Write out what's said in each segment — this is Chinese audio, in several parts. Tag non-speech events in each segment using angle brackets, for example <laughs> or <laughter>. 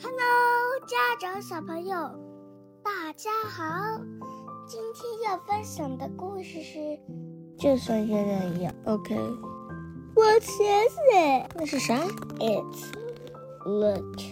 Hello，家长小朋友，大家好。今天要分享的故事是《就算月亮一样。OK， What is it? 那是啥 It looks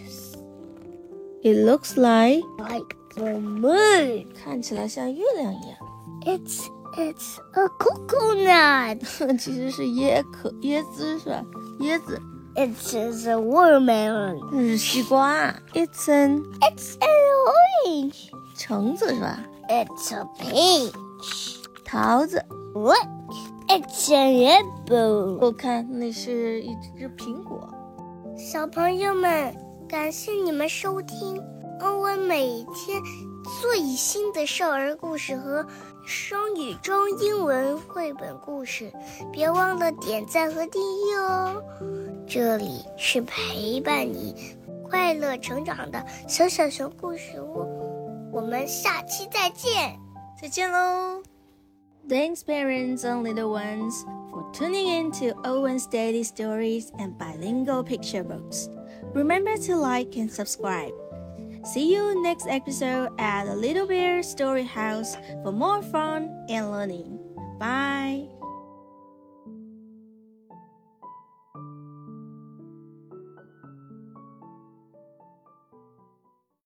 ？It looks like like the moon. 看起来像月亮一样， <laughs> It's it's a coconut. 其实是椰壳、椰子是吧？椰子， It is a watermelon. 那是西瓜。It's an It's an orange. 橙子是吧？ It's a peach. 桃子， Look, it's an apple. 我看那是一只苹果。小朋友们，感谢你们收听欧文每天最新的少儿故事和双语中英文绘本故事，别忘了点赞和订阅哦。这里是陪伴你快乐成长的小小熊故事屋，我们下期再见。再见喽！Thanks, parents and little ones, for tuning in to Owen's Daily Stories and Bilingual Picture Books. Remember to like and subscribe. See you next episode at the Little Bear Story House for more fun and learning. Bye.